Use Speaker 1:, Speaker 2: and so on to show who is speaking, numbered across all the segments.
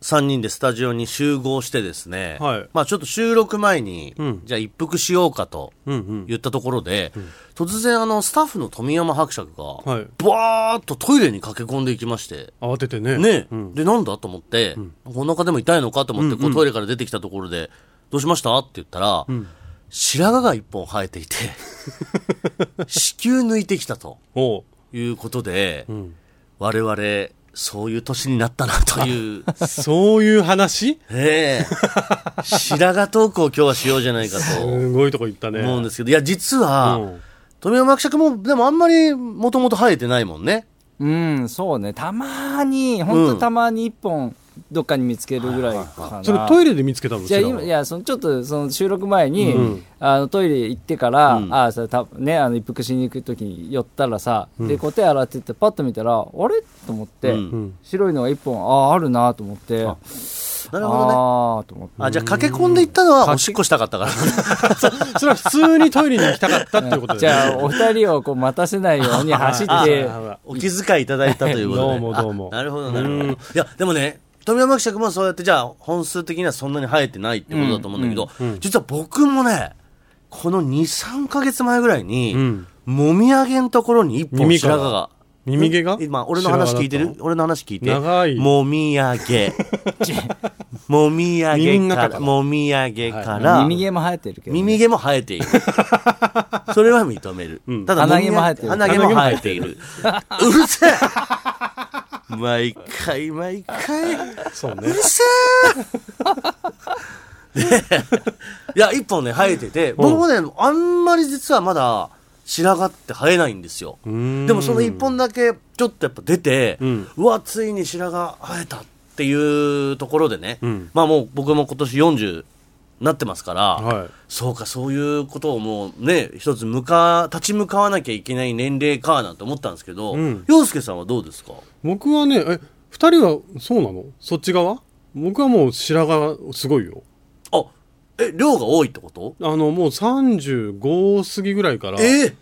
Speaker 1: 3人でスタジオに集合してですね、
Speaker 2: はい
Speaker 1: まあちょっと収録前に、
Speaker 2: うん
Speaker 1: じゃあ一服しようかと
Speaker 2: うんうん。
Speaker 1: 言ったところで、突然あのスタッフの富山伯爵が、
Speaker 2: はい。
Speaker 1: バーッとトイレに駆け込んでいきまして、
Speaker 2: 慌ててね。
Speaker 1: ね、
Speaker 2: うん。
Speaker 1: で、なんだと思って、お腹でも痛いのかと思って、こうトイレから出てきたところで、どうしましたって言ったら、白髪が一本生えてい て、子宮抜いてきたと
Speaker 2: おう
Speaker 1: いうことで、
Speaker 2: ん
Speaker 1: 我々、そういう年になったなという、
Speaker 2: そうい う話
Speaker 1: ええ白髪トークを今日はしようじゃないかと
Speaker 2: すごいとこ行ったね。
Speaker 1: 思うんですけど、いや、実は、
Speaker 2: うん
Speaker 1: 富山伯爵も、でもあんまりもともと生えてないもんね。
Speaker 3: うん、そうね。たまに、本当たまに一本、どっかに見つけるぐらいかな。
Speaker 2: それトイレで見つけたの
Speaker 3: じゃあ
Speaker 2: 違う
Speaker 3: 今、いや、その、ちょっと、その、収録前に、
Speaker 2: うん
Speaker 3: あの、トイレ行ってから、
Speaker 1: うん
Speaker 3: ああ、それ、た、ね、あの、一服しに行くときに寄ったらさ、で、こう手洗ってて、パッと見たら、あれと思って、
Speaker 1: う
Speaker 2: うんん。
Speaker 3: 白いのが一本、ああ、あるなと思って、あ
Speaker 1: なるほどね。
Speaker 3: あーと思って。
Speaker 1: あ、じゃあ駆け込んでいったのは、おしっこしたかったから。
Speaker 2: それは普通にトイレに行きたかったっていうこと
Speaker 3: じ
Speaker 2: で
Speaker 3: ゃあ、お二人をこう待たせないように走っ
Speaker 2: あ
Speaker 3: て、
Speaker 2: あ
Speaker 1: お気遣いいただいたということで。
Speaker 2: どうもどうも
Speaker 1: あなるほど、なるほど。いや、でもね、富山伯爵もそうやって、じゃあ、本数的にはそんなに生えてないってことだと思うんだけど、実は僕もね、この2、3ヶ月前ぐらいに、
Speaker 2: うん
Speaker 1: もみあげのところに一本
Speaker 2: 耳か
Speaker 1: 白
Speaker 2: ら
Speaker 1: 髪が。
Speaker 2: 耳毛が
Speaker 1: 今、俺の話聞いて
Speaker 2: 白
Speaker 1: る
Speaker 2: 髪
Speaker 1: 俺の話聞いて。
Speaker 2: 長い
Speaker 1: もみあ げ。もみあげ
Speaker 2: 耳の
Speaker 1: か、
Speaker 2: 中からら
Speaker 1: もみあげから、
Speaker 3: 耳毛も生えてるけどね、
Speaker 1: 耳毛も生えてい る。それは認める。ただ、
Speaker 3: 鼻毛も生えてる
Speaker 1: 鼻毛も生えている。うるせえ毎回毎回、う
Speaker 2: そう
Speaker 1: る
Speaker 2: ね。
Speaker 1: せえ でいや、一本ね、生えてて、僕もね、あんまり実はまだ白髪って生えないんですよ。
Speaker 2: ん
Speaker 1: でもその一本だけちょっとやっぱ出て、うんわ、ついに白髪生えたっていうところでね、
Speaker 2: ん
Speaker 1: まあもう僕も今年40なってますから、
Speaker 2: はい。
Speaker 1: そうか、そういうことをもうね、一つ向か、立ち向かわなきゃいけない年齢かなんて思ったんですけど、
Speaker 2: ん
Speaker 1: 洋介さんはどうですか
Speaker 2: 僕はね、え、二人はそうなのそっち側僕はもう白髪すごいよ。
Speaker 1: あ、え、量が多いってこと
Speaker 2: あの、もう35過ぎぐらいから、
Speaker 1: えー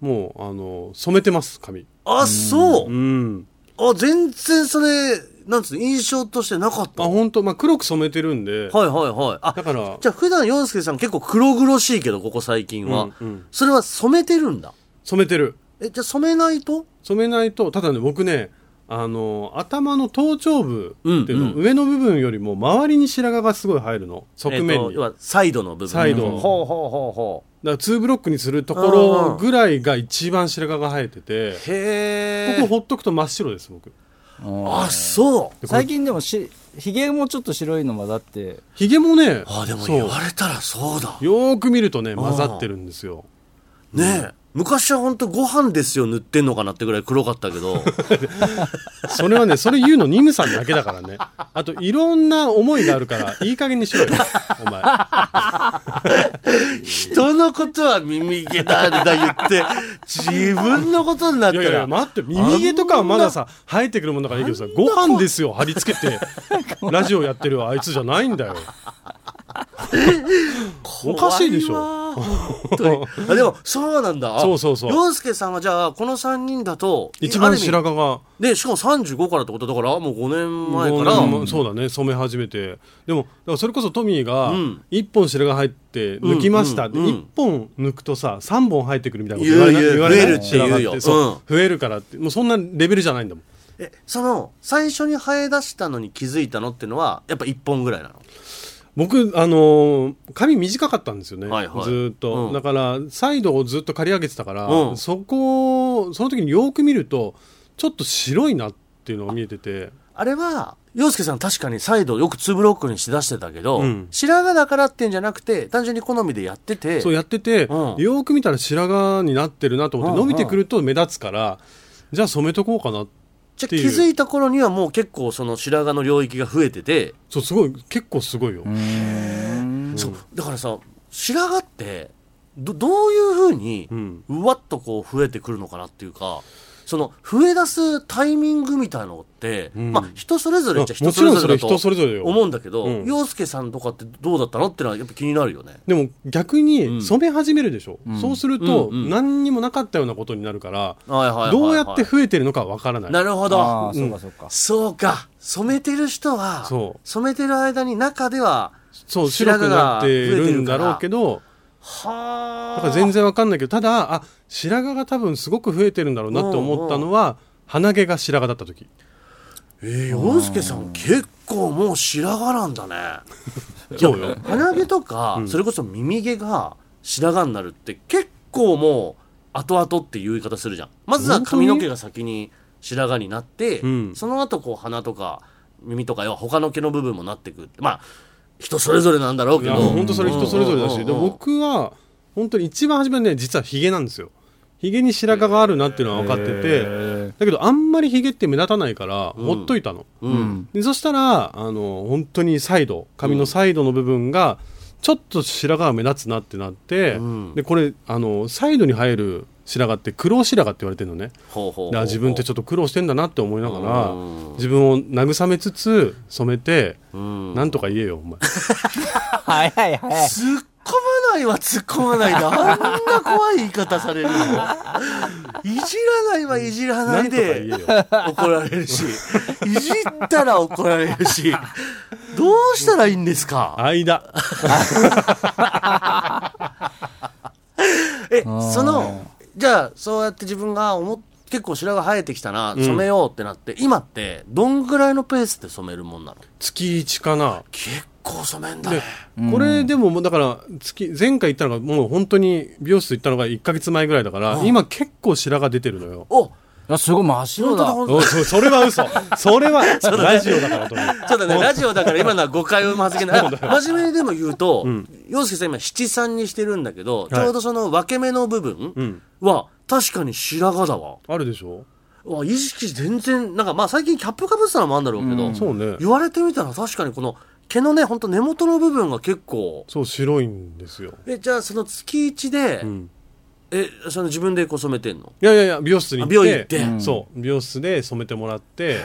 Speaker 2: もう、あの、染めてます、髪。
Speaker 1: あ、そうう。
Speaker 2: ん。
Speaker 1: あ、全然それ、なんつうの、印象としてなかっ
Speaker 2: あ、
Speaker 1: た。はい
Speaker 2: 本当まあ、黒く染めてるんで、
Speaker 1: はいはい。あ、
Speaker 2: だから、
Speaker 1: じゃあ普段洋介さん結構黒々しいけど、ここ最近は。
Speaker 2: うんうん
Speaker 1: それは染めてるんだ。
Speaker 2: 染めてる。
Speaker 1: え、じゃあ染めないと
Speaker 2: 染めないとただね僕ねあの頭の頭頂部っていうの、
Speaker 1: うんう
Speaker 2: 上の部分よりも周りに白髪がすごい入るの側面に、
Speaker 1: えーと要はサイドの部分。
Speaker 2: サイド
Speaker 1: ほうほうほうほ
Speaker 2: だから2ブロックにするところぐらいが一番白髪が生えてて
Speaker 1: う。へ
Speaker 2: こ
Speaker 1: え。
Speaker 2: こほっとくと真っ白です僕
Speaker 3: うん
Speaker 1: あ、そう。
Speaker 3: 最近でもし、髭もちょっと白いのもだって、
Speaker 2: ひげもね
Speaker 1: あでも
Speaker 2: そう
Speaker 1: 言われたらそうだ
Speaker 2: よーく見るとね混ざってるんですよ
Speaker 1: ねえ昔は本当ご飯ですよ塗ってんのかなってぐらい黒かったけ ど
Speaker 2: それ はねそれ言うのニムさんだけだからねあといろんな思いがあるからいい加減にしろよお前
Speaker 1: 人のことは耳毛だんだ言って自分のことになっ
Speaker 2: い
Speaker 1: た
Speaker 2: や
Speaker 1: ら
Speaker 2: いや待って耳毛とかはまださ生えてくるものだからいいけどさご飯ですよ貼り付け てラジオやってるあいつじゃないんだよおかしいでしょ
Speaker 1: 怖いわ本当に あでもそうなんだあ
Speaker 2: そうそうそう
Speaker 1: 洋介さんはじゃあこの3人だと
Speaker 2: 一番
Speaker 1: あ
Speaker 2: 白
Speaker 1: る
Speaker 2: 髪が
Speaker 1: 意味ねしかも35からってことだからもう5年前から
Speaker 2: もうそうだね染め始めてでもだからそれこそトミーが
Speaker 1: ん
Speaker 2: 1本白髪入って抜きましたって
Speaker 1: うんうん
Speaker 2: 1本抜くとさ3本入ってくるみたいなこと言われな
Speaker 1: 言う言う
Speaker 2: 言われ
Speaker 1: 増え
Speaker 2: る
Speaker 1: るって言うよ
Speaker 2: そう増えるからってもうそんなレベルじゃないんだもん
Speaker 1: えその最初に生え出したのに気づいたのってのはやっぱ1本ぐらいなの
Speaker 2: 僕あのー髪短かったんですよね、
Speaker 1: はいはい
Speaker 2: ずーっと、
Speaker 1: うん
Speaker 2: だからサイドをずっと刈り上げてたから、
Speaker 1: うん
Speaker 2: そこをその時によく見るとちょっと白いなっていうのが見えてて
Speaker 1: あれは、洋介さん確かにサイドよく2ブロックにしだしてたけど、
Speaker 2: うん
Speaker 1: 白髪だからってんじゃなくて、単純に好みでやってて、
Speaker 2: そうやってて、
Speaker 1: うん
Speaker 2: よく見たら白髪になってるなと思って、
Speaker 1: うんうん
Speaker 2: 伸びてくると目立つからじゃあ染めとこうかな
Speaker 1: じゃあ
Speaker 2: って
Speaker 1: 気
Speaker 2: いう
Speaker 1: づいた頃にはもう結構その白髪の領域が増えてて、
Speaker 2: そうすごい結構すごいよ、
Speaker 3: うーん
Speaker 1: そうだからさ白髪ってどどういうふうに
Speaker 2: ん
Speaker 1: うわっとこう増えてくるのかなっていうかその増え出すタイミングみたいのって、まあ人それぞれっちゃ
Speaker 2: あも
Speaker 1: 人
Speaker 2: ち
Speaker 1: それ
Speaker 2: ろん
Speaker 1: ぞ
Speaker 2: そ
Speaker 1: れ
Speaker 2: れ
Speaker 1: だ
Speaker 2: 人それぞれ
Speaker 1: と
Speaker 2: よ
Speaker 1: 思うんだけど、
Speaker 2: うん
Speaker 1: 洋介さんとかってどうだったのってのはやっぱ気になるよね。
Speaker 2: でも逆に染め始めるでしょ、そうすると
Speaker 1: うんうん
Speaker 2: 何にもなかったようなことになるから、
Speaker 1: はいはいはいはい
Speaker 2: どうやって増えてるのかわからない
Speaker 1: なるほ
Speaker 3: あ
Speaker 1: ど
Speaker 3: あそうかそうか、
Speaker 1: そうか染めてる人は
Speaker 2: そう
Speaker 1: 染めてる間に中では
Speaker 2: そう白くなってるんだろうけど
Speaker 1: はあ
Speaker 2: だから全然わかんないけどただあ白髪が多分すごく増えてるんだろうなって思ったのは鼻毛が白髪だった時
Speaker 1: えー、洋介さん結構もう白髪なんだね
Speaker 2: そうよ
Speaker 1: 鼻毛とか、それこそ耳毛が白髪になるって結構もう後々っていう言い方するじゃんまずは髪の毛が先に白髪になって、
Speaker 2: うん
Speaker 1: その後こう鼻とか耳とか要は他の毛の部分もなってくってまあ人それぞれなんだろう
Speaker 2: い
Speaker 1: け
Speaker 2: や
Speaker 1: ど
Speaker 2: 本当それ人それぞれだ
Speaker 1: うん
Speaker 2: し
Speaker 1: うん
Speaker 2: で
Speaker 1: うんうん
Speaker 2: 僕は本当に一番初めはね実はヒゲなんですよヒゲに白髪があるなっていうのは分かっててだけどあんまりヒゲって目立たないからほっといたの、
Speaker 1: うん
Speaker 2: でそしたらあの本当にサイド髪のサイドの部分がちょっと白髪が目立つなってなって、
Speaker 1: うん
Speaker 2: でこれあのサイドに生える白髪って黒白髪って言われてるのね
Speaker 1: ほうほうほう
Speaker 2: だから自分ってちょっと苦労してんだなって思いながら
Speaker 1: うん
Speaker 2: 自分を慰めつつ染めて、
Speaker 1: うん
Speaker 2: なんとか言えよお前
Speaker 3: 早い早い早い
Speaker 1: 突っ込まないは突っ込まないであんな怖い言い方されるのいじらないはいじらな
Speaker 2: ないんとか言
Speaker 1: で
Speaker 2: えよ
Speaker 1: 怒られるしいじったら怒られるしどうしたらいいんですか
Speaker 2: 間
Speaker 1: え
Speaker 3: ー
Speaker 1: そのじゃあそうやって自分が思っ結構白髪生えてきたな染めようってなって、今ってどんぐらいのペースで染めるもんなの
Speaker 2: 月1かな
Speaker 1: 結構染めんだね
Speaker 2: これでももうだから月前回行ったのがもう本当に美容室行ったのが1か月前ぐらいだから、今結構白髪出てるのよ
Speaker 1: お
Speaker 3: いやすごい真っ白
Speaker 1: 本当
Speaker 3: だ
Speaker 1: だ本当だ
Speaker 2: おそそれは嘘それは ラジオだからと思う
Speaker 1: そうだね、ラジオだから今のは誤解を生む発言 だ。真面目にでも言うと、洋介さん今七三にしてるんだけど、ちょうどその分け目の部分
Speaker 2: ん
Speaker 1: は、確かに白髪だわ。
Speaker 2: あるでしょ
Speaker 1: わ、意識全然、なんかまあ最近キャップかぶってたのもあるんだろうけど、
Speaker 2: そうね
Speaker 1: 言われてみたら確かにこの毛のね、ほんと根元の部分が結構、
Speaker 2: そう白いんですよ
Speaker 1: え、じゃあその月一で、
Speaker 2: ん
Speaker 1: え、その自分でこう染めてんの
Speaker 2: いやいやいや美容室に行
Speaker 1: あ
Speaker 2: って
Speaker 1: 美容院行って
Speaker 2: うんそう美容室で染めてもらって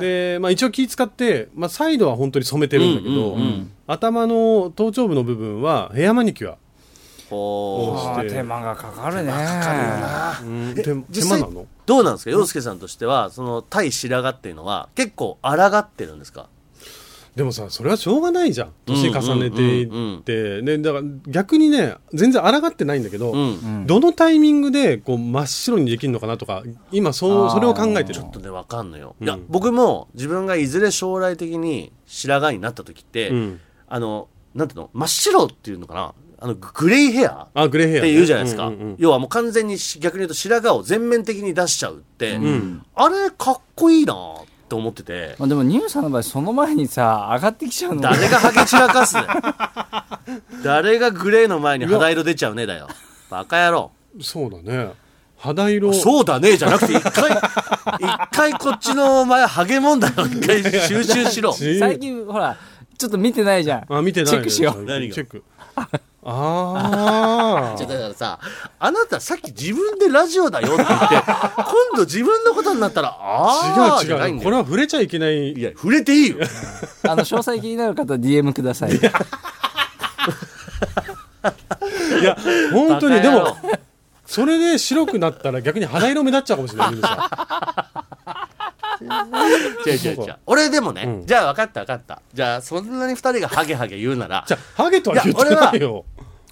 Speaker 2: で、まあ、一応気使って、まあ、サイドは本当に染めてるんだけど、
Speaker 1: うんうんうん
Speaker 2: 頭の頭頂部の部分はヘアマニキュア、
Speaker 1: ほ
Speaker 3: あー手間がかかるねかかるな
Speaker 2: うん、
Speaker 1: え
Speaker 2: 手手
Speaker 1: 実
Speaker 2: 間
Speaker 1: 際
Speaker 2: なの
Speaker 1: どうなんですか洋介さんとしてはその対白髪っていうのは結構抗ってるんですか
Speaker 2: でもさそれはしょうがないじゃん年重ねてい
Speaker 1: うんうんうんうん
Speaker 2: ってでだから逆にね全然抗ってないんだけど、
Speaker 1: うん
Speaker 2: どのタイミングでこう真っ白にできるのかなとか今そう
Speaker 3: あー
Speaker 2: それを考えてる
Speaker 1: ちょっとねわかんのよ、
Speaker 2: うん
Speaker 1: いや僕も自分がいずれ将来的に白髪になった時って、
Speaker 2: うん
Speaker 1: あのなんていうの真っ白っていうのかなあのグレイヘアっ
Speaker 2: あグレーヘアね、
Speaker 1: て言うじゃないですか、
Speaker 2: んんうん
Speaker 1: 要はもう完全にし逆に言うと白髪を全面的に出しちゃうって、あれかっこいいなと思ってて
Speaker 3: まあ、でもニューさんの場合その前にさ上がってきちゃうの
Speaker 1: 誰がハゲ散らかすね 誰がグレーの前に肌色出ちゃうねだよバカ野郎
Speaker 2: そうだね肌色
Speaker 1: そうだねじゃなくて一回一回こっちのお前ハゲ問題を一回収集しろ
Speaker 2: 自由
Speaker 3: 最近ほらちょっと見てないじゃん
Speaker 2: あ見てない
Speaker 3: チェックしよう
Speaker 2: う
Speaker 1: 何が
Speaker 2: チ ェックあ
Speaker 1: ちょ
Speaker 2: あ
Speaker 1: だからさあなたさっき自分でラジオだよって言 って今度自分のことになったらああ
Speaker 2: 違
Speaker 1: じゃな
Speaker 2: う
Speaker 1: い
Speaker 2: 違
Speaker 1: ん
Speaker 2: う
Speaker 1: だ
Speaker 2: これ
Speaker 1: よ
Speaker 2: は触れちゃいけない
Speaker 1: いや触れていいよ
Speaker 3: あの詳細気になる方 DM くださ
Speaker 2: い
Speaker 3: い
Speaker 2: や本当に
Speaker 1: バカ
Speaker 2: で
Speaker 1: 野郎
Speaker 2: もそれで白くなったら逆に肌色目立っちゃうかもしれないル ーさん
Speaker 1: 違う違う違う俺でもね、
Speaker 2: ん
Speaker 1: じゃあ分かった分かったじゃあそんなに二人がハゲハゲ言うなら
Speaker 2: じゃあハゲとは言っ
Speaker 1: いや
Speaker 2: て
Speaker 1: 俺は
Speaker 2: ないよ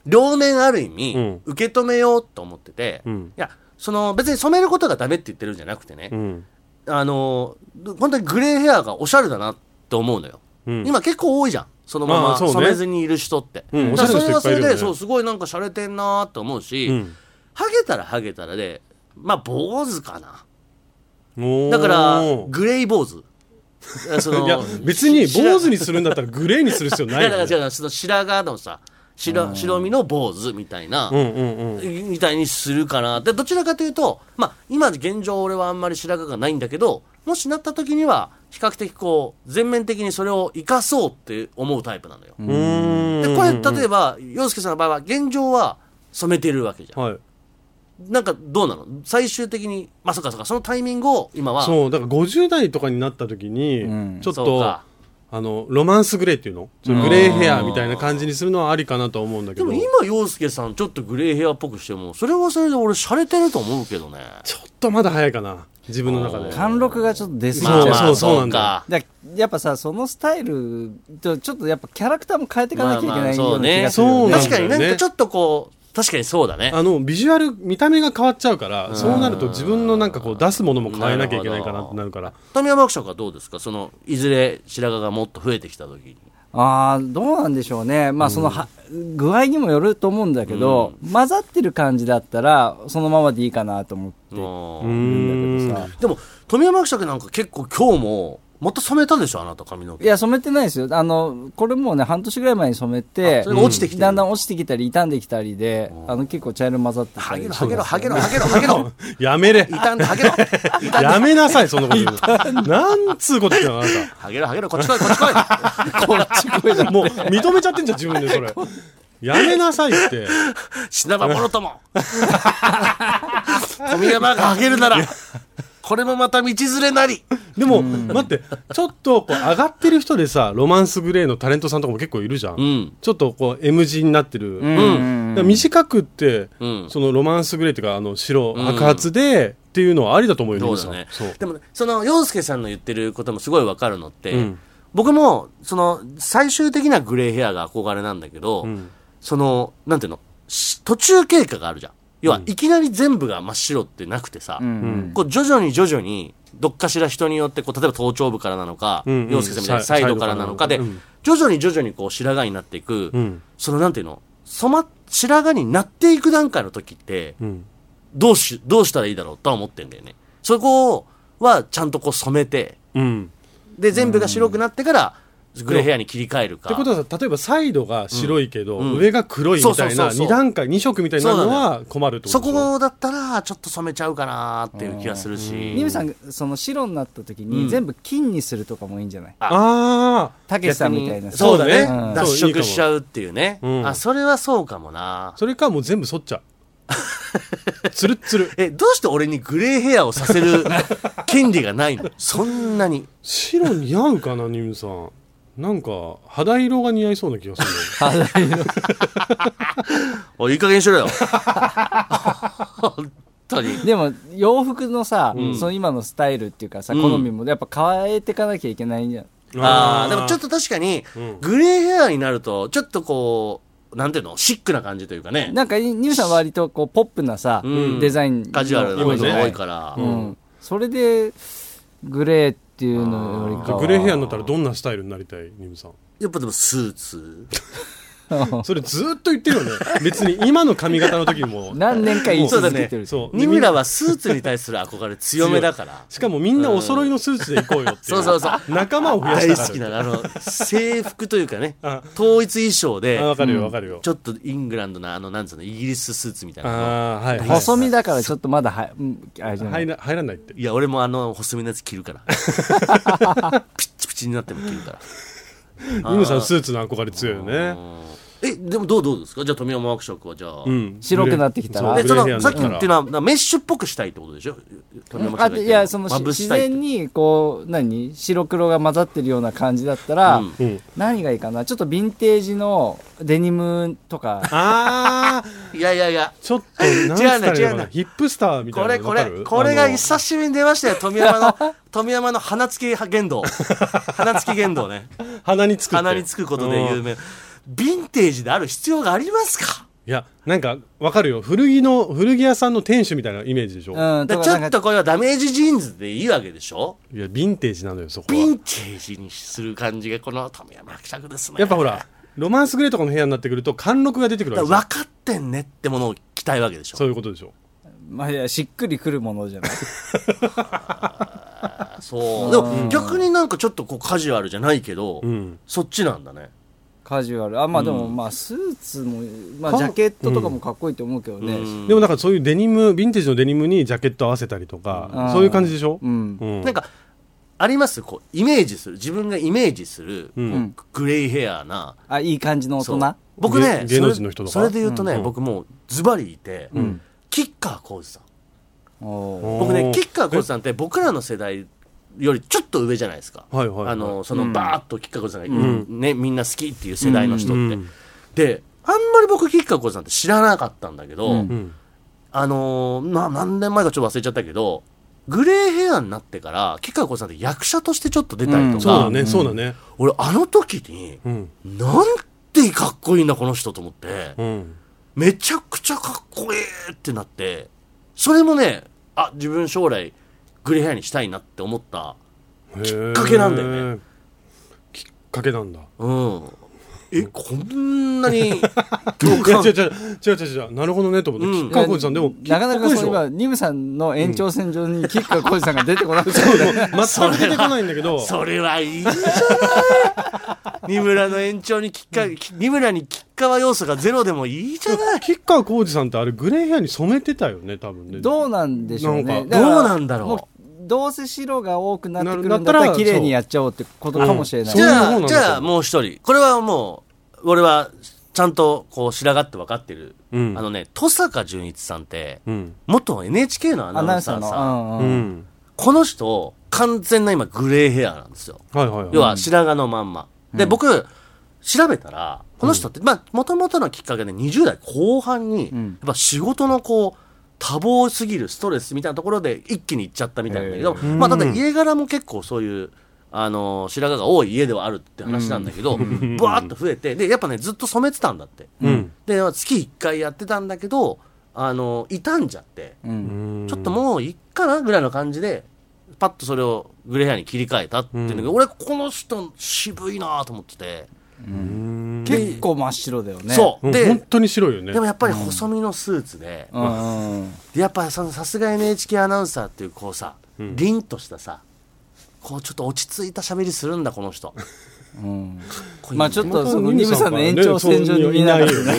Speaker 1: 両面ある意味、
Speaker 2: うん
Speaker 1: 受け止めようと思ってて、
Speaker 2: ん
Speaker 1: いやその別に染めることがダメって言ってるんじゃなくてね、
Speaker 2: ん
Speaker 1: あの本当にグレーヘアがおしゃれだなって思うのよ、
Speaker 2: うん
Speaker 1: 今結構多いじゃんそのま
Speaker 2: ま
Speaker 1: ま
Speaker 2: あそうね
Speaker 1: 染めずにいる人って、
Speaker 2: うん
Speaker 1: だからそれは
Speaker 2: おし
Speaker 1: そ
Speaker 2: ゃれ
Speaker 1: れで
Speaker 2: な人いっぱいいるよね
Speaker 1: そうすごいなんか洒落てんなと思うし、
Speaker 2: うん
Speaker 1: ハゲたらハゲたらでまあ坊主かな
Speaker 2: おー
Speaker 1: だからグレー坊 主その
Speaker 2: いや別に
Speaker 1: し白
Speaker 2: 坊主にするんだったらグレーにする必要ないい
Speaker 1: やだ
Speaker 2: よ
Speaker 1: から
Speaker 2: ね
Speaker 1: 違うその白髪のさ白白身の坊主みたいな、
Speaker 2: うんうんうん
Speaker 1: みたいにするかなでどちらかというと、まあ、今現状俺はあんまり白髪がないんだけどもしなった時には比較的こう全面的にそれを生かそうって思うタイプなのよ、
Speaker 2: うーん
Speaker 1: でこれ例えば洋介さんの場合は現状は染めてるわけじゃん、
Speaker 2: はい
Speaker 1: なんかどうなの最終的にまあそっかそっかそのタイミングを今は
Speaker 2: そうだから50代とかになった時に、
Speaker 4: うん
Speaker 2: ちょっ
Speaker 1: そう
Speaker 2: と
Speaker 1: か
Speaker 2: あのロマンスグレーっていうのちょっとグレーヘアみたいな感じにするのはありかなとは思うんだけ
Speaker 1: で
Speaker 2: ど
Speaker 1: も今洋介さんちょっとグレーヘアっぽくしてもそれはそれで俺洒落てると思うけどね
Speaker 2: ちょっとまだ早いかな自分の中で
Speaker 3: 貫禄がちょっと出すぎち
Speaker 2: ま
Speaker 3: ゃ
Speaker 2: あ
Speaker 3: う
Speaker 2: まあそうそうなんだ
Speaker 3: だやっぱさそのスタイルとちょっとやっぱキャラクターも変えていかなきゃいけ
Speaker 1: まあま
Speaker 3: な
Speaker 1: あ
Speaker 3: い
Speaker 1: そ
Speaker 3: よ
Speaker 1: う
Speaker 3: う
Speaker 1: ね
Speaker 3: な気がするよ
Speaker 2: そう
Speaker 3: ね
Speaker 2: な
Speaker 1: 確
Speaker 2: んだ
Speaker 1: か
Speaker 2: よね
Speaker 1: になんかちょっとこう確かにそうだね
Speaker 2: あのビジュアル見た目が変わっちゃうから、そうなると自分のなんかこう出すものも変えなきゃいけないかなってなるから
Speaker 1: 富山学者はどうですかそのいずれ白髪がもっと増えてきた時に
Speaker 3: ああどうなんでしょうねまあそのは、具合にもよると思うんだけど、混ざってる感じだったらそのままでいいかなと思って
Speaker 1: う
Speaker 3: る
Speaker 1: ん
Speaker 3: んだけどさ
Speaker 1: でも富山学者なんか結構今日もまた染めたでしょあなた髪の毛
Speaker 3: いや染めてないですよあのこれもうね半年ぐらい前に染め
Speaker 1: あ
Speaker 3: て
Speaker 1: それが落ちてきてる
Speaker 3: だんだん落ちてきたり傷んできたりであの結構茶色混ざってた
Speaker 1: ハゲ
Speaker 3: り
Speaker 1: ろハゲろハゲろハゲろハゲろ
Speaker 2: や めれ
Speaker 1: 傷んでハゲろ
Speaker 2: やめなさいそんなこと言うのなんつうこと言うのあな
Speaker 1: ハゲろハゲろこっち来いこっち来い
Speaker 3: こっち声じゃ
Speaker 2: たもう認めちゃってんじゃん自分でそれやめなさいって
Speaker 1: 死なばもろと も富山がハゲるならこれもまた道連れなり
Speaker 2: でも待ってちょっとこう上がってる人でさロマンスグレーのタレントさんとかも結構いるじゃん、
Speaker 1: うん
Speaker 2: ちょっとこう M 字になってる、
Speaker 3: うん
Speaker 2: だから短くって、
Speaker 1: うん
Speaker 2: そのロマンスグレーっていうかあの白
Speaker 1: ん
Speaker 2: 白髪でっていうのはありだと思うよ
Speaker 1: そう
Speaker 2: 皆
Speaker 1: だ
Speaker 2: さん
Speaker 1: ね
Speaker 2: そう
Speaker 1: でもねその洋介さんの言ってることもすごいわかるのって、
Speaker 2: うん
Speaker 1: 僕もその最終的なグレーヘアが憧れなんだけど、
Speaker 2: ん
Speaker 1: そのなんていうのし途中経過があるじゃん要はいきなり全部が真っ白ってなくてさ、
Speaker 3: ん
Speaker 1: こう徐々に徐々にどっかしら人によってこう例えば頭頂部からなのか、
Speaker 2: うんうん
Speaker 1: 洋介さんみたいにサイドからなのかで、
Speaker 2: サイドからなの
Speaker 1: 徐々に徐々にこう白髪になっていく、
Speaker 2: うん
Speaker 1: そのなんていうの染ま白髪になっていく段階の時って、
Speaker 2: うん
Speaker 1: どうし、どうしたらいいだろうとは思ってんだよね。そこはちゃんとこう染めて、
Speaker 2: うん
Speaker 1: で、全部が白くなってから、グレーヘアに切り替えるか。
Speaker 2: ってことはさ例えばサイドが白いけど、
Speaker 1: うん
Speaker 2: 上が黒いみた
Speaker 1: そ
Speaker 2: い
Speaker 1: うそうそう
Speaker 2: な
Speaker 1: そう
Speaker 2: 2段階2色みたいになるの
Speaker 1: そうな
Speaker 2: は困るってこ
Speaker 1: そ
Speaker 2: とでしょ
Speaker 1: こだったら、ちょっと染めちゃうかなっていう気がするし。
Speaker 3: ニムさんその白になった時
Speaker 1: う
Speaker 3: に
Speaker 1: ん
Speaker 3: 全部金にするとかもいいんじゃない
Speaker 2: ああ
Speaker 3: たけしさんみたいなさ
Speaker 1: そうだね。
Speaker 3: うん
Speaker 1: 脱色しちゃうっていうね。
Speaker 2: そういいかもうん
Speaker 1: あ、それはそうかもな。
Speaker 2: それかもう全部剃っちゃ うつるっつる
Speaker 1: え、どうして俺にグレーヘアをさせ る権利がないのそんなに。
Speaker 2: 白似合うかなニムさんなんか肌色が似合いそうな気がするんだよね
Speaker 1: おい、いい加減にし ろよ。本当に。
Speaker 3: でも洋服のさ、
Speaker 1: ん
Speaker 3: その今のスタイルっていうかさ、
Speaker 1: うん
Speaker 3: 好みもやっぱ変えていかなきゃいけないんじゃん
Speaker 1: ああ、でもちょっ
Speaker 2: と
Speaker 1: と確かに
Speaker 2: うん、
Speaker 1: グレーヘアになると、ちょっとこう、なんていうの、シックな感じというかね。
Speaker 3: なんかニムさん割とこうポップなさ、
Speaker 1: うん
Speaker 3: デザインの
Speaker 1: カジュアルな
Speaker 2: も
Speaker 1: こ
Speaker 2: の
Speaker 1: と
Speaker 3: じゃ
Speaker 1: が
Speaker 3: な
Speaker 1: 多いから。
Speaker 3: うんそれでグレーっていうのよりかは
Speaker 2: グレーヘアになったらどんなスタイルになりたいニムさん
Speaker 1: やっぱでもスーツ。
Speaker 2: それずーっと言ってるよね別に今の髪型の時 も
Speaker 3: 何年か言い続けてる
Speaker 2: そうだねそう
Speaker 1: ニムラはスーツに対する憧れ強めだから。
Speaker 2: しかもみんなお揃いのスーツで行こうよってい
Speaker 1: そうそうそう
Speaker 2: 仲間を増やし
Speaker 1: 大
Speaker 2: た
Speaker 1: 好き
Speaker 2: から
Speaker 1: な、あの、制服というかね
Speaker 2: あ、
Speaker 1: 統一衣装で
Speaker 2: あ、わかるよわかるよ
Speaker 1: ちょっとイングランドのあの、なんつうの、イギリススーツみたい
Speaker 2: あ
Speaker 1: なの。
Speaker 2: あはいはい
Speaker 3: 細身だからちょっとまだは、うん、あれじゃない
Speaker 2: 入ら入らないって
Speaker 1: いや、俺もあの、細身のやつ着るから。ピッチピチになっても着るから。
Speaker 2: ニムさんスーツの憧れ強いよね
Speaker 1: え、でもどうどうですかじゃあ富山ワークショップはじゃあ。
Speaker 2: うん
Speaker 3: 白くなってきたら
Speaker 2: そう
Speaker 1: でそ
Speaker 2: グレーヘ
Speaker 1: のさ
Speaker 2: アに
Speaker 1: っ
Speaker 2: なっ
Speaker 1: き
Speaker 2: たら
Speaker 1: 言っていうのはなメッシュっぽくしたいってことでしょ富山
Speaker 3: あ
Speaker 1: さんが言ってる
Speaker 3: いやその
Speaker 1: まぶ
Speaker 3: 自
Speaker 1: したいって
Speaker 3: 然にこう何白黒が混ざってるような感じだったら、
Speaker 1: うん
Speaker 2: うん
Speaker 3: 何がいいかなちょっとヴィンテージのデニムとか
Speaker 2: ああ
Speaker 1: いやいやいや
Speaker 2: ちょっと何つった
Speaker 1: 違う
Speaker 2: らいいの
Speaker 1: ね
Speaker 2: か
Speaker 1: 違う
Speaker 2: な
Speaker 1: ね
Speaker 2: ヒップスターみたい
Speaker 1: こ
Speaker 2: な
Speaker 1: れ
Speaker 2: の
Speaker 1: こ
Speaker 2: わか
Speaker 1: れ
Speaker 2: る
Speaker 1: これが
Speaker 2: あの
Speaker 1: 久しぶりに出ま したよ富山の富山の花付き言動花付き言動ね
Speaker 2: 鼻につくって
Speaker 1: 鼻につくことで有名ヴィンテージである必要がありますか
Speaker 2: いやなんかわかるよ古着の古着屋さんの店主みたいなイメージでしょ、
Speaker 3: うん、
Speaker 1: だ
Speaker 3: と
Speaker 1: か
Speaker 3: から
Speaker 1: ち
Speaker 3: な
Speaker 1: ょっ
Speaker 3: んか
Speaker 1: とこれはダメージジーンズでいいわけでしょ
Speaker 2: いやヴィンテージなのよそこ
Speaker 1: ヴィ
Speaker 2: は
Speaker 1: ンテージにする感じがこの富山伯爵ですね
Speaker 2: やっぱほらロマンスグレーとかの部屋になってくると貫禄が出てくる
Speaker 1: だ
Speaker 2: わ
Speaker 1: か
Speaker 2: けです
Speaker 1: ら
Speaker 2: よ
Speaker 1: 分かってんねってものを着たいわけでしょ
Speaker 2: そういうことでしょ
Speaker 3: まあ、いやしっくりくるものじゃない
Speaker 1: そうでも逆になんかちょっとこうカジュアルじゃないけど、
Speaker 2: ん
Speaker 1: そっちなんだね
Speaker 3: カジュアルあまあでも、まあスーツも、まあ、
Speaker 2: か
Speaker 3: ジャケットとかもかっこいいと思うけどね、
Speaker 1: うん
Speaker 2: でもなんかそういうデニムヴィンテージのデニムにジャケット合わせたりとか、
Speaker 3: うん
Speaker 2: そういう感じでしょ
Speaker 3: うん
Speaker 2: うん
Speaker 1: なんかありますこうイメージする自分がイメージする、
Speaker 2: ん
Speaker 1: こうグレイヘアな
Speaker 3: あいい感じの大
Speaker 1: そう
Speaker 3: 人
Speaker 1: 僕ねそれ
Speaker 2: 芸芸能人の人とか
Speaker 1: それで言うとね、僕もうズバリいて、キッカー浩司さん
Speaker 3: おー
Speaker 1: 僕
Speaker 2: お
Speaker 1: ね
Speaker 2: ー
Speaker 1: キッカー浩司さんって僕らの世代よりちょっと上じゃないですか、
Speaker 2: はいはいはい
Speaker 1: あのそのバーッと吉川晃司さんが、ね、みんな好きっていう世代の人って、
Speaker 2: うん
Speaker 1: であんまり僕吉川晃司さんって知らなかったんだけど、
Speaker 3: う
Speaker 2: うんん
Speaker 1: あのーな何年前かちょっと忘れちゃったけどグレーヘアになってから吉川晃司さんって役者としてちょっと出たりと
Speaker 3: ん
Speaker 2: そう
Speaker 1: か、
Speaker 2: だねそうだね
Speaker 1: 俺あの時に、
Speaker 2: うん
Speaker 1: なんてかっこいいんだこの人と思って、
Speaker 2: うん
Speaker 1: めちゃくちゃかっこいいってなってそれもねあ自分将来グレーヘアにしたいなって思った
Speaker 2: きっ
Speaker 1: かけなんだよ
Speaker 2: ねきっかけなんだ
Speaker 1: うんえこんな に
Speaker 2: い
Speaker 1: 共
Speaker 2: や
Speaker 1: 感
Speaker 2: 違う違う違う違う違うなるほどねと思って、
Speaker 1: うん
Speaker 2: 吉川晃司さんでも
Speaker 3: なかなか
Speaker 2: 吉
Speaker 3: そういえば、ニムさんの延長線上にキッカー浩司さんが出てこなくて、
Speaker 2: 川さん全く出てこないんだけど
Speaker 1: それはいいじゃない二村の延長にきっかき二村にきっかわ要素がゼロでもいいじゃない
Speaker 2: 吉川晃司さんってあれグレーヘアに染めてたよね多分ね
Speaker 3: どうなんでしょう
Speaker 2: な
Speaker 3: ね。
Speaker 2: ん
Speaker 1: か
Speaker 3: から
Speaker 1: どうなんだろう
Speaker 3: もどうせ白が多くなってく
Speaker 2: なる
Speaker 3: るん
Speaker 2: ん
Speaker 3: だ
Speaker 2: だ
Speaker 3: っ
Speaker 2: ったたら
Speaker 3: ら綺麗にやっちゃおうってことかもしれない。
Speaker 2: うん
Speaker 1: じ
Speaker 2: そう
Speaker 1: ゃ
Speaker 2: いうも
Speaker 1: あ、
Speaker 2: んなんだ
Speaker 1: じゃあもう一人。これはもう、俺はちゃんとこう白髪って分かってる。
Speaker 2: うん
Speaker 1: あのね、登坂淳一さんって、
Speaker 2: うん
Speaker 1: 元 NHK のア
Speaker 3: アナ
Speaker 1: ナ
Speaker 3: ウ
Speaker 1: ウ
Speaker 3: ン
Speaker 1: ン
Speaker 3: サ
Speaker 1: サー
Speaker 3: ーの。
Speaker 1: さ、
Speaker 3: うん
Speaker 2: う
Speaker 3: うん
Speaker 2: ん
Speaker 1: この人、完全な今グレーヘアなんですよ。
Speaker 2: はいはいはい
Speaker 1: 要は白髪のまんま。で、僕、調べたら、この人って、まあ、もともとのきっかけで20代後半に、や
Speaker 3: うん
Speaker 1: っぱ仕事のこう、多忙すぎるストレスみたいなところで一気に行っちゃったみたいなんだけど、
Speaker 3: へ
Speaker 1: まあ、ただ家柄も結構そういう、あのー白髪が多い家ではあるって話なんだけど、ブワーッと増えて、で、やっぱね、ずっと染めてたんだって。
Speaker 2: うん
Speaker 1: で、月1回やってたんだけど、あのー傷んじゃって、
Speaker 3: うん
Speaker 2: うん
Speaker 1: ちょっともういっかなぐらいの感じで、パッとそれをグレーヘアに切り替えたっていうんだけど、俺、この人、渋いなと思ってて、
Speaker 2: うん
Speaker 3: 結構真っ白だよね。
Speaker 1: そう、
Speaker 2: うん
Speaker 1: で、
Speaker 2: 本当に白いよね
Speaker 1: でもやっぱり細身のスーツで、
Speaker 3: うんうんうん。
Speaker 1: でやっぱりそのさすが NHK アナウンサーっていう、こうさ、凛としたさ、こうちょっと落ち着いた喋りするんだ、この人。こういう
Speaker 3: まあちょっとその
Speaker 2: ニ
Speaker 3: ニ
Speaker 2: ム
Speaker 3: ムさん
Speaker 2: か
Speaker 3: の
Speaker 2: ら
Speaker 3: 延
Speaker 2: ね
Speaker 3: 長線上に見なが
Speaker 2: そうい
Speaker 3: ら、
Speaker 2: ない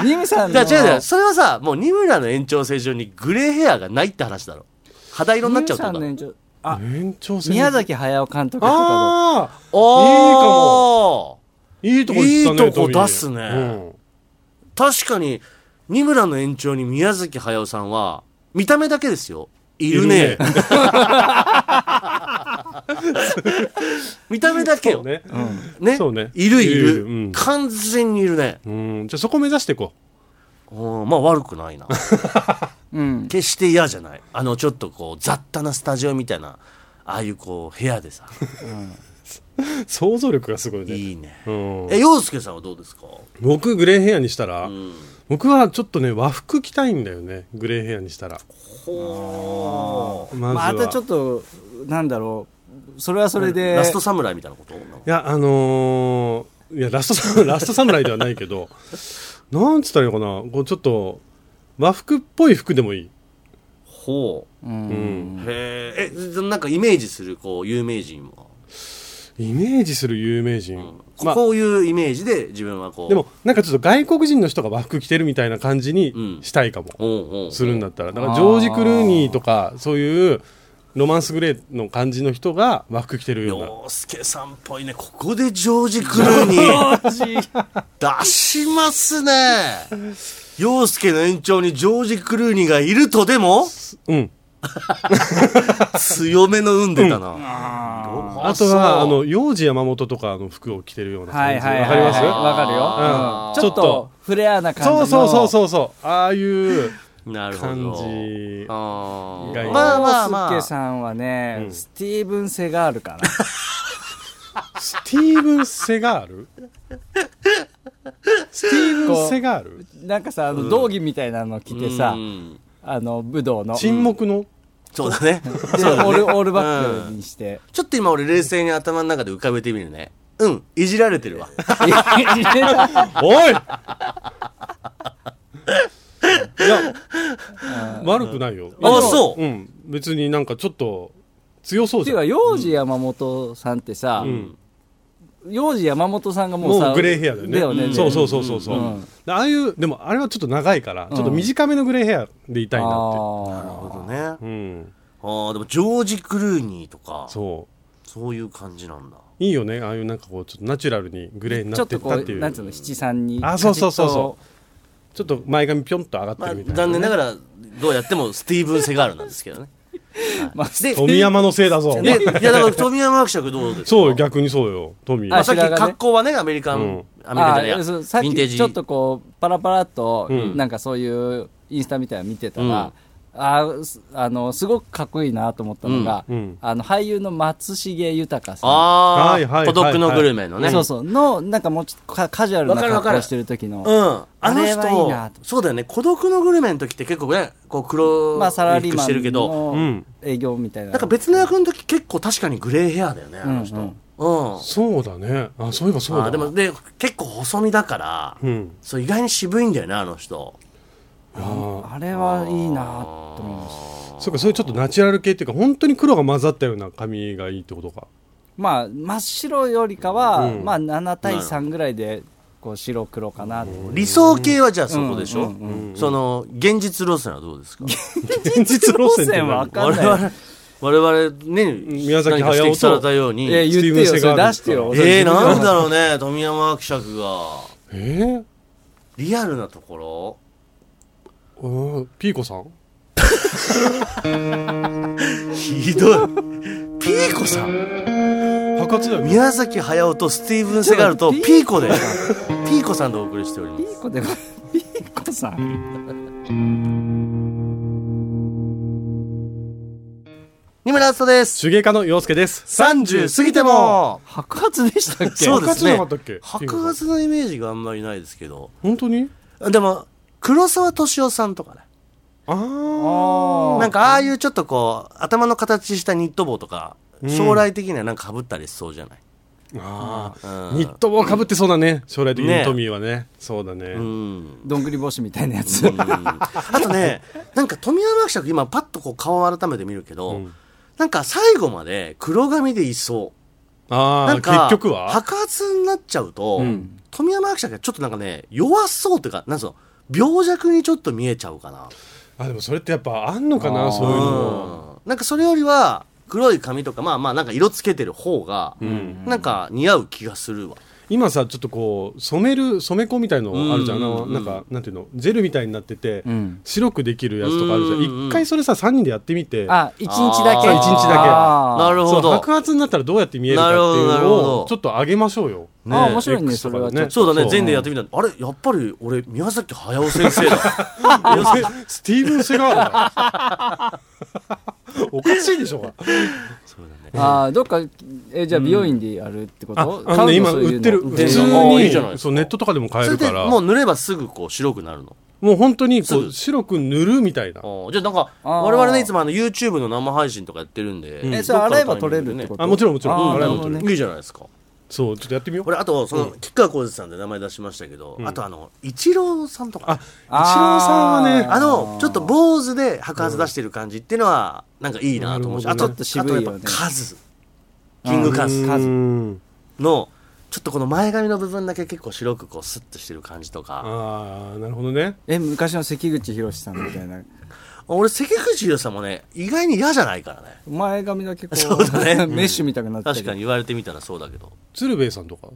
Speaker 2: よね
Speaker 3: ニムさんの
Speaker 1: だから違う違う、それはさ、もう二村の延長線上にグレーヘアがないって話だろ。肌色になっちゃうって
Speaker 3: ニ
Speaker 1: こ
Speaker 3: ム
Speaker 1: と
Speaker 3: さ
Speaker 1: だ。
Speaker 3: んの延長あ、
Speaker 2: 延長戦
Speaker 3: 宮崎駿監督とか
Speaker 2: ああ
Speaker 1: おー
Speaker 2: いいとこ行ったね
Speaker 1: いいとこ出すね
Speaker 2: うん
Speaker 1: 確かに二村の延長に宮崎駿さんは見た目だけですよいるね
Speaker 2: いるね
Speaker 1: 見た目だけ
Speaker 2: そ
Speaker 1: よ
Speaker 2: う
Speaker 1: ね
Speaker 2: ねそうね
Speaker 1: いるいる
Speaker 2: いるいるうん
Speaker 1: 完全にいるね、
Speaker 2: うんじゃあそこ目指していこ
Speaker 1: うん、まあ悪く ないな
Speaker 3: だと。うん。
Speaker 1: 決して嫌じゃないあのちょっとこう雑多なスタジオみたいなああいうこう部屋でさ
Speaker 2: う想像力がすごいね
Speaker 1: いい ね
Speaker 2: うん
Speaker 1: え洋介さんはどうですか
Speaker 2: 僕グレーヘアにしたら
Speaker 1: ん
Speaker 2: 僕はちょっとね和服着たいんだよねグレーヘアにしたら
Speaker 1: ほ
Speaker 2: まず
Speaker 3: ま
Speaker 2: は
Speaker 3: たちょっと、なんだろう。それはそれ
Speaker 1: う
Speaker 3: で。
Speaker 1: ラストサムライみたいなこと
Speaker 2: いや、あのーいや、ラストサム、 ラストサムライではないけど、なんつったらいいのかな、こうちょっと、和服っぽい服でもいい。
Speaker 1: ほう
Speaker 3: うん
Speaker 2: うん。
Speaker 1: へええずなんかイメージするこう有名人は
Speaker 2: イメージする有名人。まあ、
Speaker 1: こういうイメージで自分はこう。
Speaker 2: でも、なんかちょっと外国人の人が和服着てるみたいな感じにしたいかも。
Speaker 1: うんうん、
Speaker 2: するんだったら。だから、ジョージ・クルーニーとか、そういう、ロマンスグレーの感じの人が和服着てるような。
Speaker 1: 洋介さんっぽいね。ここでジョージ・クル ーニー。出しますね。洋介の延長にジョージ・クルーニーがいるとでも、
Speaker 2: うん。
Speaker 1: 強めの運でたな。
Speaker 2: あとは、あの、幼児山本とかの服を着てるような
Speaker 3: は
Speaker 2: 感
Speaker 3: い
Speaker 2: じ。
Speaker 3: はいはい。
Speaker 2: わかります
Speaker 3: わかる
Speaker 2: う
Speaker 3: よ
Speaker 2: ん。
Speaker 3: うんちょっ
Speaker 2: ちょっと
Speaker 3: と、フレアな感じ
Speaker 2: そ
Speaker 3: の。
Speaker 2: うそうそうそうそう。ああ いう、
Speaker 1: なるほど。
Speaker 2: 感じ
Speaker 1: あ
Speaker 2: がい
Speaker 1: ー
Speaker 2: い
Speaker 1: まあまあま
Speaker 3: スッケ
Speaker 1: あ。
Speaker 3: さんはね、スティーブン・セガールかな。
Speaker 2: スティーブン・セガール スティーブン・セガール
Speaker 3: なんかさ、あの、道着みたいなの着てさ
Speaker 1: う、ん
Speaker 3: あの、武道の。
Speaker 2: 沈黙 の
Speaker 1: そうだね。
Speaker 3: で、オール、オールバックにして。
Speaker 1: ちょっと今俺冷静に頭の中で浮かべてみるね。うん、いじられてるわ。
Speaker 3: いや 似てた
Speaker 2: おい いや悪くないよ
Speaker 1: あ、そう。
Speaker 2: うん別になんかちょっと強そう
Speaker 3: っ
Speaker 2: じ
Speaker 3: ていう
Speaker 2: ゃ
Speaker 3: か、
Speaker 2: ん
Speaker 3: 幼児山本さんってさ、幼児山本さんがもうさ、
Speaker 2: もうグレーヘアだよね
Speaker 3: ね
Speaker 2: そうそうそうそうそう、
Speaker 3: うん
Speaker 2: でああいうでもあれはちょっと長いからちょっと短めのグレーヘアでいたいなって
Speaker 3: あー
Speaker 1: なるほどね。
Speaker 2: うん、
Speaker 1: ああでもジョージ・クルーニーとかそう
Speaker 2: そう
Speaker 1: いう感じなんだ
Speaker 2: いいよねああいうなんかこうちょっとナチュラルにグレーに
Speaker 3: ち
Speaker 2: な
Speaker 3: ょ
Speaker 2: っ
Speaker 3: ってと
Speaker 2: っ
Speaker 3: こ
Speaker 2: たっていう
Speaker 3: うなんつうの七三に
Speaker 2: あそうそうそうそうちょっと前髪ぴょんと上がって
Speaker 1: まあ
Speaker 2: るみたいな、
Speaker 1: 残念ながらどうやってもスティーブン・セガールなんですけどね
Speaker 3: まあ、で
Speaker 2: 富山のせいだぞ
Speaker 1: でいやだから富山伯爵どうですか
Speaker 2: そうよ逆にそうよ富
Speaker 1: まあ
Speaker 3: あ
Speaker 1: さっき
Speaker 3: 白髪ね
Speaker 1: 格好はねアメリカン、
Speaker 2: うん
Speaker 1: アメリカンじゃないや
Speaker 3: あそうさっ
Speaker 1: ヴィンテー
Speaker 3: き
Speaker 1: ジ
Speaker 3: ちょっとこうパラパラっと、
Speaker 2: うん
Speaker 3: なんかそういうインスタみたいなの見てたら、あーすあのすごくかっこいいなと思ったのが、
Speaker 2: うんうん
Speaker 3: あの俳優の松重豊さ
Speaker 1: あ
Speaker 3: ん
Speaker 1: あ、
Speaker 2: はいはいはい
Speaker 1: 孤独のグルメのね
Speaker 3: そうそうのなんかもうちょっとカカジュアルな
Speaker 1: わかるわ
Speaker 3: 格
Speaker 1: かる
Speaker 3: 好してる時の、
Speaker 1: うん、あの
Speaker 3: あれはいい
Speaker 1: 人
Speaker 3: なと
Speaker 1: そうだよね孤独のグルメの時って結構ねこう黒
Speaker 3: まあサラ
Speaker 1: リュ
Speaker 3: リ
Speaker 1: ッ
Speaker 3: ー
Speaker 1: ク
Speaker 3: マ
Speaker 1: してるけ
Speaker 3: ン
Speaker 1: ど
Speaker 2: うん
Speaker 3: の営業みたいな、
Speaker 1: なんか別の役の時結構確かにグレーヘアだよねあの人う、
Speaker 3: うんん
Speaker 2: そうだねあそういえばそうだ
Speaker 1: あでもで結構細身だから、
Speaker 2: うん
Speaker 1: そう意外に渋いんだよねあの人
Speaker 2: あ
Speaker 3: あれはいいなと思いました
Speaker 2: ーそうかそういうちょっとナチュラル系っていうか本当に黒が混ざったような髪がいいってことか
Speaker 3: まあ真っ白よりかは、
Speaker 2: うん
Speaker 3: まあ7対3ぐらいでこう白黒かなって、
Speaker 1: 理想系はじゃあそこでしょ、
Speaker 3: うんう
Speaker 1: その現実路線はどうですか
Speaker 2: 現実路線って何
Speaker 3: わか
Speaker 1: 我
Speaker 3: んない
Speaker 1: 々我々ね
Speaker 2: 宮
Speaker 1: 何
Speaker 2: 崎駿と
Speaker 1: か指摘されたように
Speaker 3: え
Speaker 1: え
Speaker 3: 言ってよ
Speaker 2: スティーブンセガール
Speaker 3: それ出してよ
Speaker 1: ー、なんだろうね富山伯爵が
Speaker 2: えー
Speaker 1: リアルなところ
Speaker 2: うんピーコさん
Speaker 1: ひどいピーコさん
Speaker 2: 博多だよ
Speaker 1: 宮崎駿とスティーブン・セガールとピーコでピーコさんでお送りしております
Speaker 3: ピーコでもピーコさん
Speaker 1: 二村敦です
Speaker 2: 手芸家の洋介です
Speaker 1: 30過ぎても
Speaker 3: 白髪でしたっけ
Speaker 1: そうですね
Speaker 2: 白髪じゃなかったっけ
Speaker 1: 白髪のイメージがあんまりないですけど
Speaker 2: 本当に
Speaker 1: でも黒沢敏夫さんとかね
Speaker 2: あ
Speaker 3: あ
Speaker 2: ー
Speaker 3: ー
Speaker 1: なんかああいうちょっとこう頭の形したニット帽とか
Speaker 2: うん
Speaker 1: 将来的にはなんか被ったりしそうじゃない、
Speaker 2: あ
Speaker 1: うん
Speaker 2: ーニット帽かぶってそうだね将来的
Speaker 1: ね
Speaker 2: にトミーはねそうだね
Speaker 1: うん
Speaker 3: どんぐり帽子みたいなやつ、
Speaker 1: あとねなんか富山伯爵今パッとこう顔を改めて見るけど、
Speaker 2: うん
Speaker 1: なんか最後まで黒髪でいそう
Speaker 2: あ
Speaker 1: な
Speaker 2: あ
Speaker 1: んか
Speaker 2: 結局は
Speaker 1: 白髪になっちゃうと、
Speaker 2: ん
Speaker 1: 富山伯爵がちょっとなんかね弱そうっていうかなんその病弱にちょっと見えちゃうかな
Speaker 2: あでもそれってやっぱあんのか
Speaker 3: あ
Speaker 2: な
Speaker 3: ー
Speaker 2: そういうのも
Speaker 1: うんなんかそれよりは黒い髪とかまあまあなんか色つけてる方が、
Speaker 2: ん
Speaker 1: なんか似合う気がするわ
Speaker 2: 今さちょっとこう染める染め粉みたいのあるじゃん、
Speaker 1: うんうんうん
Speaker 2: あのなんかなんていうのジェルみたいになってて、
Speaker 3: うん
Speaker 2: 白くできるやつとかあるじゃん
Speaker 1: うん
Speaker 2: 一、
Speaker 1: うんうん
Speaker 2: 回それさ3人でやってみて
Speaker 3: あ一日だけ
Speaker 1: あー
Speaker 2: 一日だけ
Speaker 3: あー
Speaker 1: なるほ
Speaker 2: そう
Speaker 1: ど
Speaker 2: 白髪になったらどうやって見えるかっていう
Speaker 1: なるほどなるほ
Speaker 2: の
Speaker 1: ど
Speaker 2: をちょっと上げましょうよ
Speaker 1: ね
Speaker 3: あー面白いね
Speaker 2: X
Speaker 3: そ
Speaker 2: とか
Speaker 3: れ
Speaker 2: で
Speaker 3: はちょっと
Speaker 1: そうだね
Speaker 2: そう
Speaker 1: 全でやってみたんだあれやっぱり俺宮崎駿先生だ
Speaker 2: いやせスティーブン・セガールだ おかしいでしょうが
Speaker 1: そうだね
Speaker 3: あーどっかえじゃあ美容院でやるってこと、
Speaker 2: ああのね
Speaker 3: 買う
Speaker 2: 今
Speaker 3: そういうの
Speaker 2: 売ってる
Speaker 1: 売
Speaker 2: 普
Speaker 1: ってる
Speaker 2: 通
Speaker 1: あー
Speaker 2: に
Speaker 1: いいじゃないですか
Speaker 2: そうネットとかでも買え
Speaker 1: それ
Speaker 2: る
Speaker 1: で
Speaker 2: から
Speaker 1: も
Speaker 2: も
Speaker 1: う塗ればすぐこう白くなるの
Speaker 2: う本当にこ
Speaker 1: すぐ
Speaker 2: う白く塗るみたいな
Speaker 1: あーじゃあなんか
Speaker 3: あー
Speaker 1: 我々ねいつもあの YouTube の生配信とかやってるんで、
Speaker 2: ん
Speaker 3: えそれ洗えば取れるって
Speaker 1: と
Speaker 3: こと
Speaker 2: あもちろんもちろん
Speaker 3: あー
Speaker 2: あれ
Speaker 3: な
Speaker 2: も
Speaker 3: る
Speaker 2: ち
Speaker 3: ほ
Speaker 2: ろ
Speaker 3: ど
Speaker 2: ん
Speaker 3: ね
Speaker 1: いいじゃないですか
Speaker 2: そうちょっとやってみよう
Speaker 1: 俺あとその吉川晃司さんで名前出しましたけど、あとあのイチローさんとか
Speaker 2: あ
Speaker 1: ね、
Speaker 2: 一郎さんはね
Speaker 3: ー
Speaker 1: あのちょっと坊主で白髪出してる感じっていうのはなんかいいなと思うし、
Speaker 2: な
Speaker 1: あ
Speaker 2: るほ
Speaker 1: と
Speaker 2: どね
Speaker 3: ちょっと渋いよ
Speaker 1: あ
Speaker 3: ね
Speaker 1: とやっぱ数キングカズ
Speaker 3: あ数
Speaker 2: うん
Speaker 1: のちょっとこの前髪の部分だけ結構白くこうスッとしてる感じとか
Speaker 2: ああなるほどね
Speaker 3: え昔の関口宏さんみたいな
Speaker 1: 俺関口宏さんもね意外に嫌じゃないからね
Speaker 3: 前髪だけこ う
Speaker 1: そうだね
Speaker 3: メッシュみたくなってる
Speaker 1: 確かに言われてみたらそうだけど
Speaker 2: 鶴瓶さんとか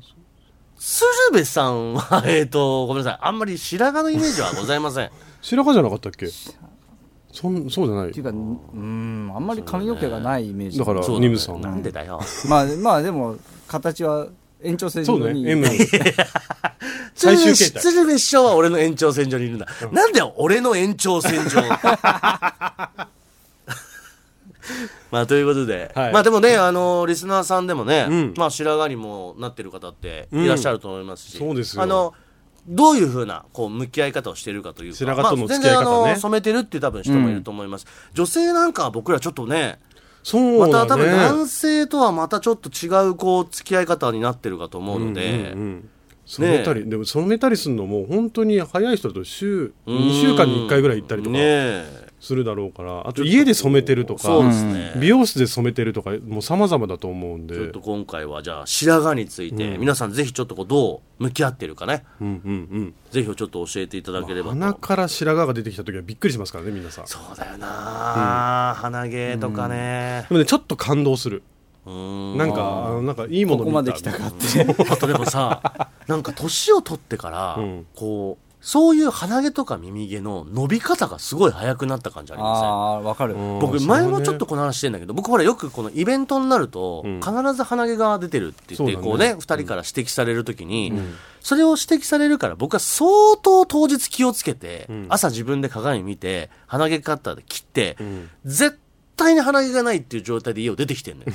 Speaker 1: 鶴瓶さんは えっとごめんなさいあんまり白髪のイメージはございま せん
Speaker 2: 白髪じゃなかったっけそんそうじゃな
Speaker 3: ってい
Speaker 2: いう
Speaker 3: かうんあんまり髪の毛がないイメージ
Speaker 2: だから
Speaker 1: そうだね
Speaker 2: ニムさん
Speaker 1: なんでだよ
Speaker 3: まあまあでも形は延長線
Speaker 2: そ
Speaker 3: 上
Speaker 2: う
Speaker 3: に
Speaker 2: ね M
Speaker 1: 鶴
Speaker 2: 最
Speaker 1: 瓶
Speaker 2: 終
Speaker 1: 師
Speaker 2: 形態
Speaker 1: 鶴瓶師匠は俺の延長線上にいるんだ、なんだよ俺の延長線 上 まあということで、
Speaker 2: はい
Speaker 1: まあでもねあのリスナーさんでもね、
Speaker 2: うん
Speaker 1: まあ白髪にもなってる方っていらっしゃると思いますし、
Speaker 2: うんそうですよ
Speaker 1: あのどういうふうなこう向き合い方をしているかというか
Speaker 2: 白髪との
Speaker 1: まあ
Speaker 2: 付き合い方
Speaker 1: 全
Speaker 2: ね
Speaker 1: 然あの染めてるっていう多分人もいると思います、女性なんかは僕らちょっとね
Speaker 2: そ
Speaker 1: ま
Speaker 2: う
Speaker 1: た多分
Speaker 2: だね
Speaker 1: 男性とはまたちょっと違うこう付き合い方になってるかと思うので、
Speaker 2: うんうん染めたりでも染めたりするのも本当に早い人だと週2週間に1回ぐらい行ったりとか
Speaker 1: ねえ
Speaker 2: するだろうからあと家で染めてるとか
Speaker 1: そうですね、
Speaker 2: 美容室で染めてるとかもう様々だと思うんで
Speaker 1: ちょっと今回はじゃあ白髪について、皆さんぜひちょっとこうどう向き合ってるかね
Speaker 2: うんうん
Speaker 1: ぜひちょっと教えていただけ
Speaker 2: う
Speaker 1: れ
Speaker 2: ん
Speaker 1: ばと、
Speaker 2: 鼻から白髪が出てきた時はびっくりしますからね皆さんで
Speaker 1: そうだよな、鼻毛とかね
Speaker 2: もねちょっと感動する
Speaker 1: うん
Speaker 2: なんかあのなんかいいもの
Speaker 3: こ
Speaker 2: 見
Speaker 3: こ
Speaker 2: た
Speaker 3: まで来たかって。
Speaker 1: あとでも さなんか年を取ってから、
Speaker 2: うん
Speaker 1: こうそういう鼻毛とか耳毛の伸び方がすごい早くなった感じありません
Speaker 3: ああー、わかる。
Speaker 2: うん
Speaker 1: 僕
Speaker 2: そうね
Speaker 1: 前もちょっとこの話してんだけど僕ほらよくこのイベントになると
Speaker 2: うん
Speaker 1: 必ず鼻毛が出てるって言って
Speaker 2: そうだね
Speaker 1: こうね2人から指摘される時に
Speaker 2: うん
Speaker 1: それを指摘されるから僕は相当当日気をつけて
Speaker 2: うん
Speaker 1: 朝自分で鏡見て鼻毛カッターで切って
Speaker 2: うん
Speaker 1: 絶対に鼻毛がないっていう状態で家を出てきてんのよ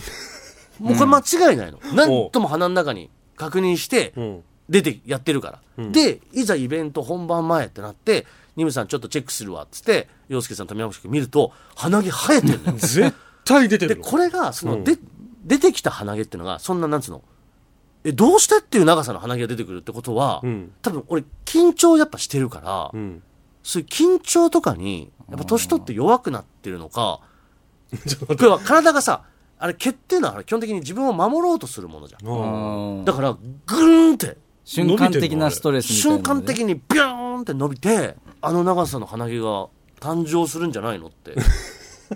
Speaker 1: もうこれ間違いないのなんとも鼻の中に確認して
Speaker 2: うん
Speaker 1: 出てやってるから、
Speaker 2: うん
Speaker 1: でいざイベント本番前ってなって「ニムさんちょっとチェックするわ」っつって洋介さん富山君見ると鼻毛生えてるのよ
Speaker 2: 絶対出て
Speaker 1: で
Speaker 2: るの
Speaker 1: これがその、
Speaker 2: うん
Speaker 1: で出てきた鼻毛っていうのがそんななんつうのえどうしてっていう長さの鼻毛が出てくるってことは、
Speaker 2: うん
Speaker 1: 多分俺緊張やっぱしてるから、
Speaker 2: うん
Speaker 1: そういう緊張とかにやっぱ年取って弱くなってるのか、 これは体がさあれ毛っていうのはあれ基本的に自分を守ろうとするものじゃん、
Speaker 2: あ
Speaker 3: うん
Speaker 1: だからグーンって
Speaker 3: 瞬間的なストレスみたいな
Speaker 1: 瞬
Speaker 3: の
Speaker 1: 間
Speaker 3: で。
Speaker 1: 的にビューンって伸びてあの長さの鼻毛が誕生するんじゃないのってど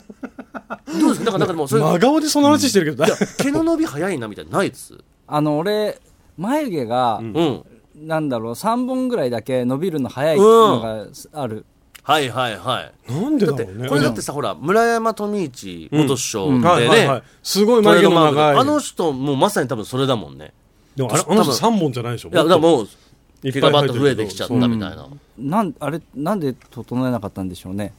Speaker 1: うですかだからなんかもう
Speaker 2: ー
Speaker 1: そういう
Speaker 2: 真顔でその話してるけど
Speaker 1: いや毛の伸び早いなみたいなのないです
Speaker 3: あの、俺、眉毛が、
Speaker 2: ん
Speaker 1: うん
Speaker 3: なんだろう、3本ぐらいだけ伸びるの早いのがある。
Speaker 1: はいはいはい
Speaker 2: なんで
Speaker 1: だ
Speaker 2: だ
Speaker 1: っ
Speaker 2: ろ
Speaker 1: て
Speaker 2: うね
Speaker 1: これだってさほら村山富一元首相
Speaker 3: うん
Speaker 2: はい
Speaker 1: で
Speaker 2: はいは
Speaker 1: ね
Speaker 2: いすごい
Speaker 1: トレー
Speaker 2: 眉
Speaker 1: ド
Speaker 2: 毛の
Speaker 1: マーク
Speaker 2: 長い
Speaker 1: あの人もうまさに多分それだもんね
Speaker 2: でもあれあの人3本じゃないでしょ
Speaker 1: いやだから
Speaker 2: う
Speaker 1: もう
Speaker 2: いっぱ
Speaker 1: 毛
Speaker 2: い
Speaker 1: がバッ
Speaker 2: 生え
Speaker 1: と
Speaker 2: てるけど
Speaker 1: 増えてきちゃったみたいな
Speaker 3: なん、あれ、なんで整えなかったんでしょうね。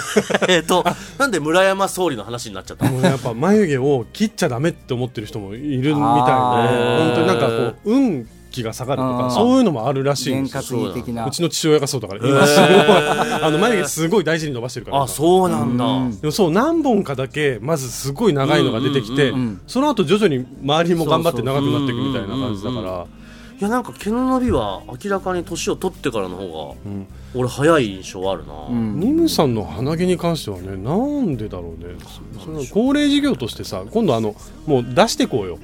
Speaker 1: えっとなんで村山総理の話になっちゃったの
Speaker 2: もうやっぱ眉毛を切っちゃダメって思ってる人もいるみたいで
Speaker 3: あ
Speaker 1: ー
Speaker 2: 本当になんかこう運気が下がると
Speaker 3: あ
Speaker 2: か
Speaker 3: ー
Speaker 2: そういうのもあるらしいんで
Speaker 3: 験
Speaker 2: すよ
Speaker 3: 担ぎ的な
Speaker 2: う。ちの父親がそうだから今すごい あの眉毛すごい大事に伸ばしてるから
Speaker 1: あそうなんだ
Speaker 3: うん
Speaker 2: でもそう何本かだけまずすごい長いのが出てきて、
Speaker 1: うん
Speaker 3: うんうん
Speaker 2: その後徐々に周りも頑張って長くなっていくみたいな感じだから、
Speaker 1: いやなんか毛の伸びは明らかに年を取ってからの方が
Speaker 2: ん
Speaker 1: 俺早い印象はあるな、
Speaker 3: うん
Speaker 2: ニムさんの鼻毛に関してはねなんでだろうねそれは高齢事業としてさ今度あのもう出してこうよ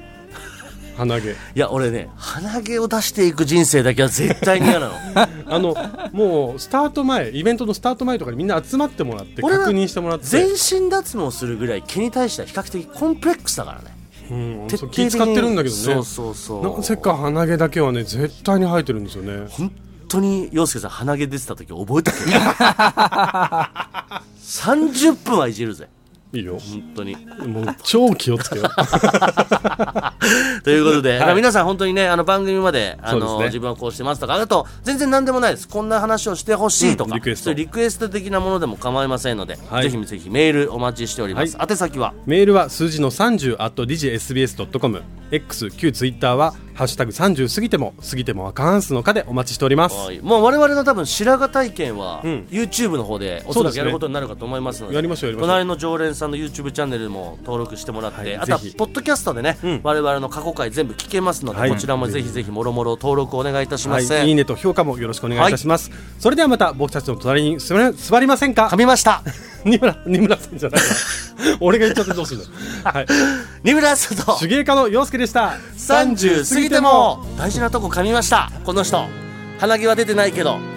Speaker 2: 鼻毛
Speaker 1: いや俺ね鼻毛を出していく人生だけは絶対に嫌 なの
Speaker 2: あのもうスタート前イベントのスタート前とかにみんな集まってもらって
Speaker 1: 俺は
Speaker 2: 確認してもらって
Speaker 1: 全身脱毛するぐらい毛に対しては比較的コンプレックスだからね
Speaker 2: うん、
Speaker 1: 徹
Speaker 2: そ
Speaker 1: 底
Speaker 2: う
Speaker 1: 的
Speaker 2: 気
Speaker 1: に
Speaker 2: 使ってるんだけど
Speaker 1: そ
Speaker 2: ね
Speaker 1: うそうそう
Speaker 2: なぜか鼻毛だけはね絶対に生えてるんですよね
Speaker 1: 本当に洋介さん鼻毛出てた時覚えてる 30分はいじるぜ
Speaker 2: いいよ
Speaker 1: 本当に
Speaker 2: もう超気をつけよう
Speaker 1: ということで、だから皆さん本当にね、あの番組まで、あ
Speaker 2: そうで
Speaker 1: の、
Speaker 2: すね
Speaker 1: 自分はこうしてますとか、あと、全然何でもないです。こんな話をしてほしいとか、
Speaker 2: うんリクエスト
Speaker 1: そういうリクエスト的なものでも構いませんので、
Speaker 2: はい
Speaker 1: ぜひぜひメールお待ちしております。
Speaker 2: は
Speaker 1: 宛先は、
Speaker 2: メールは数字の30 at digisbs.com X 旧ツイッターは「ハッシュタグ #30 過ぎても過ぎてもは過半数の課」でお待ちしております
Speaker 1: はいもう我々の多分白髪体験は、
Speaker 2: うん
Speaker 1: YouTube の方でおそ
Speaker 2: そう
Speaker 1: ら
Speaker 2: で
Speaker 1: く
Speaker 2: すね
Speaker 1: やることになるかと思いますので
Speaker 2: やりましょうやりましょう
Speaker 1: 隣の常連さんの YouTube チャンネルも登録してもらって、
Speaker 2: はい
Speaker 1: あとは
Speaker 2: ぜひ
Speaker 1: ポッドキャストでね、
Speaker 2: ん
Speaker 1: 我々の過去回全部聞けますので、
Speaker 2: はい
Speaker 1: こちらもぜひぜひもろもろ登録お願いいたしま
Speaker 2: はい
Speaker 1: す、
Speaker 2: いいねと評価もよろしくお願いいたします、それではまた僕たちの隣に座れ座りません
Speaker 1: 噛
Speaker 2: か
Speaker 1: みました
Speaker 2: 二村二村さん じゃないわ俺が言っちゃってどうすんの、 はい、
Speaker 1: 二村さんと
Speaker 2: 手芸家の洋介でした
Speaker 1: 30過ぎても大事なとこ噛みましたこの人鼻毛は出てないけど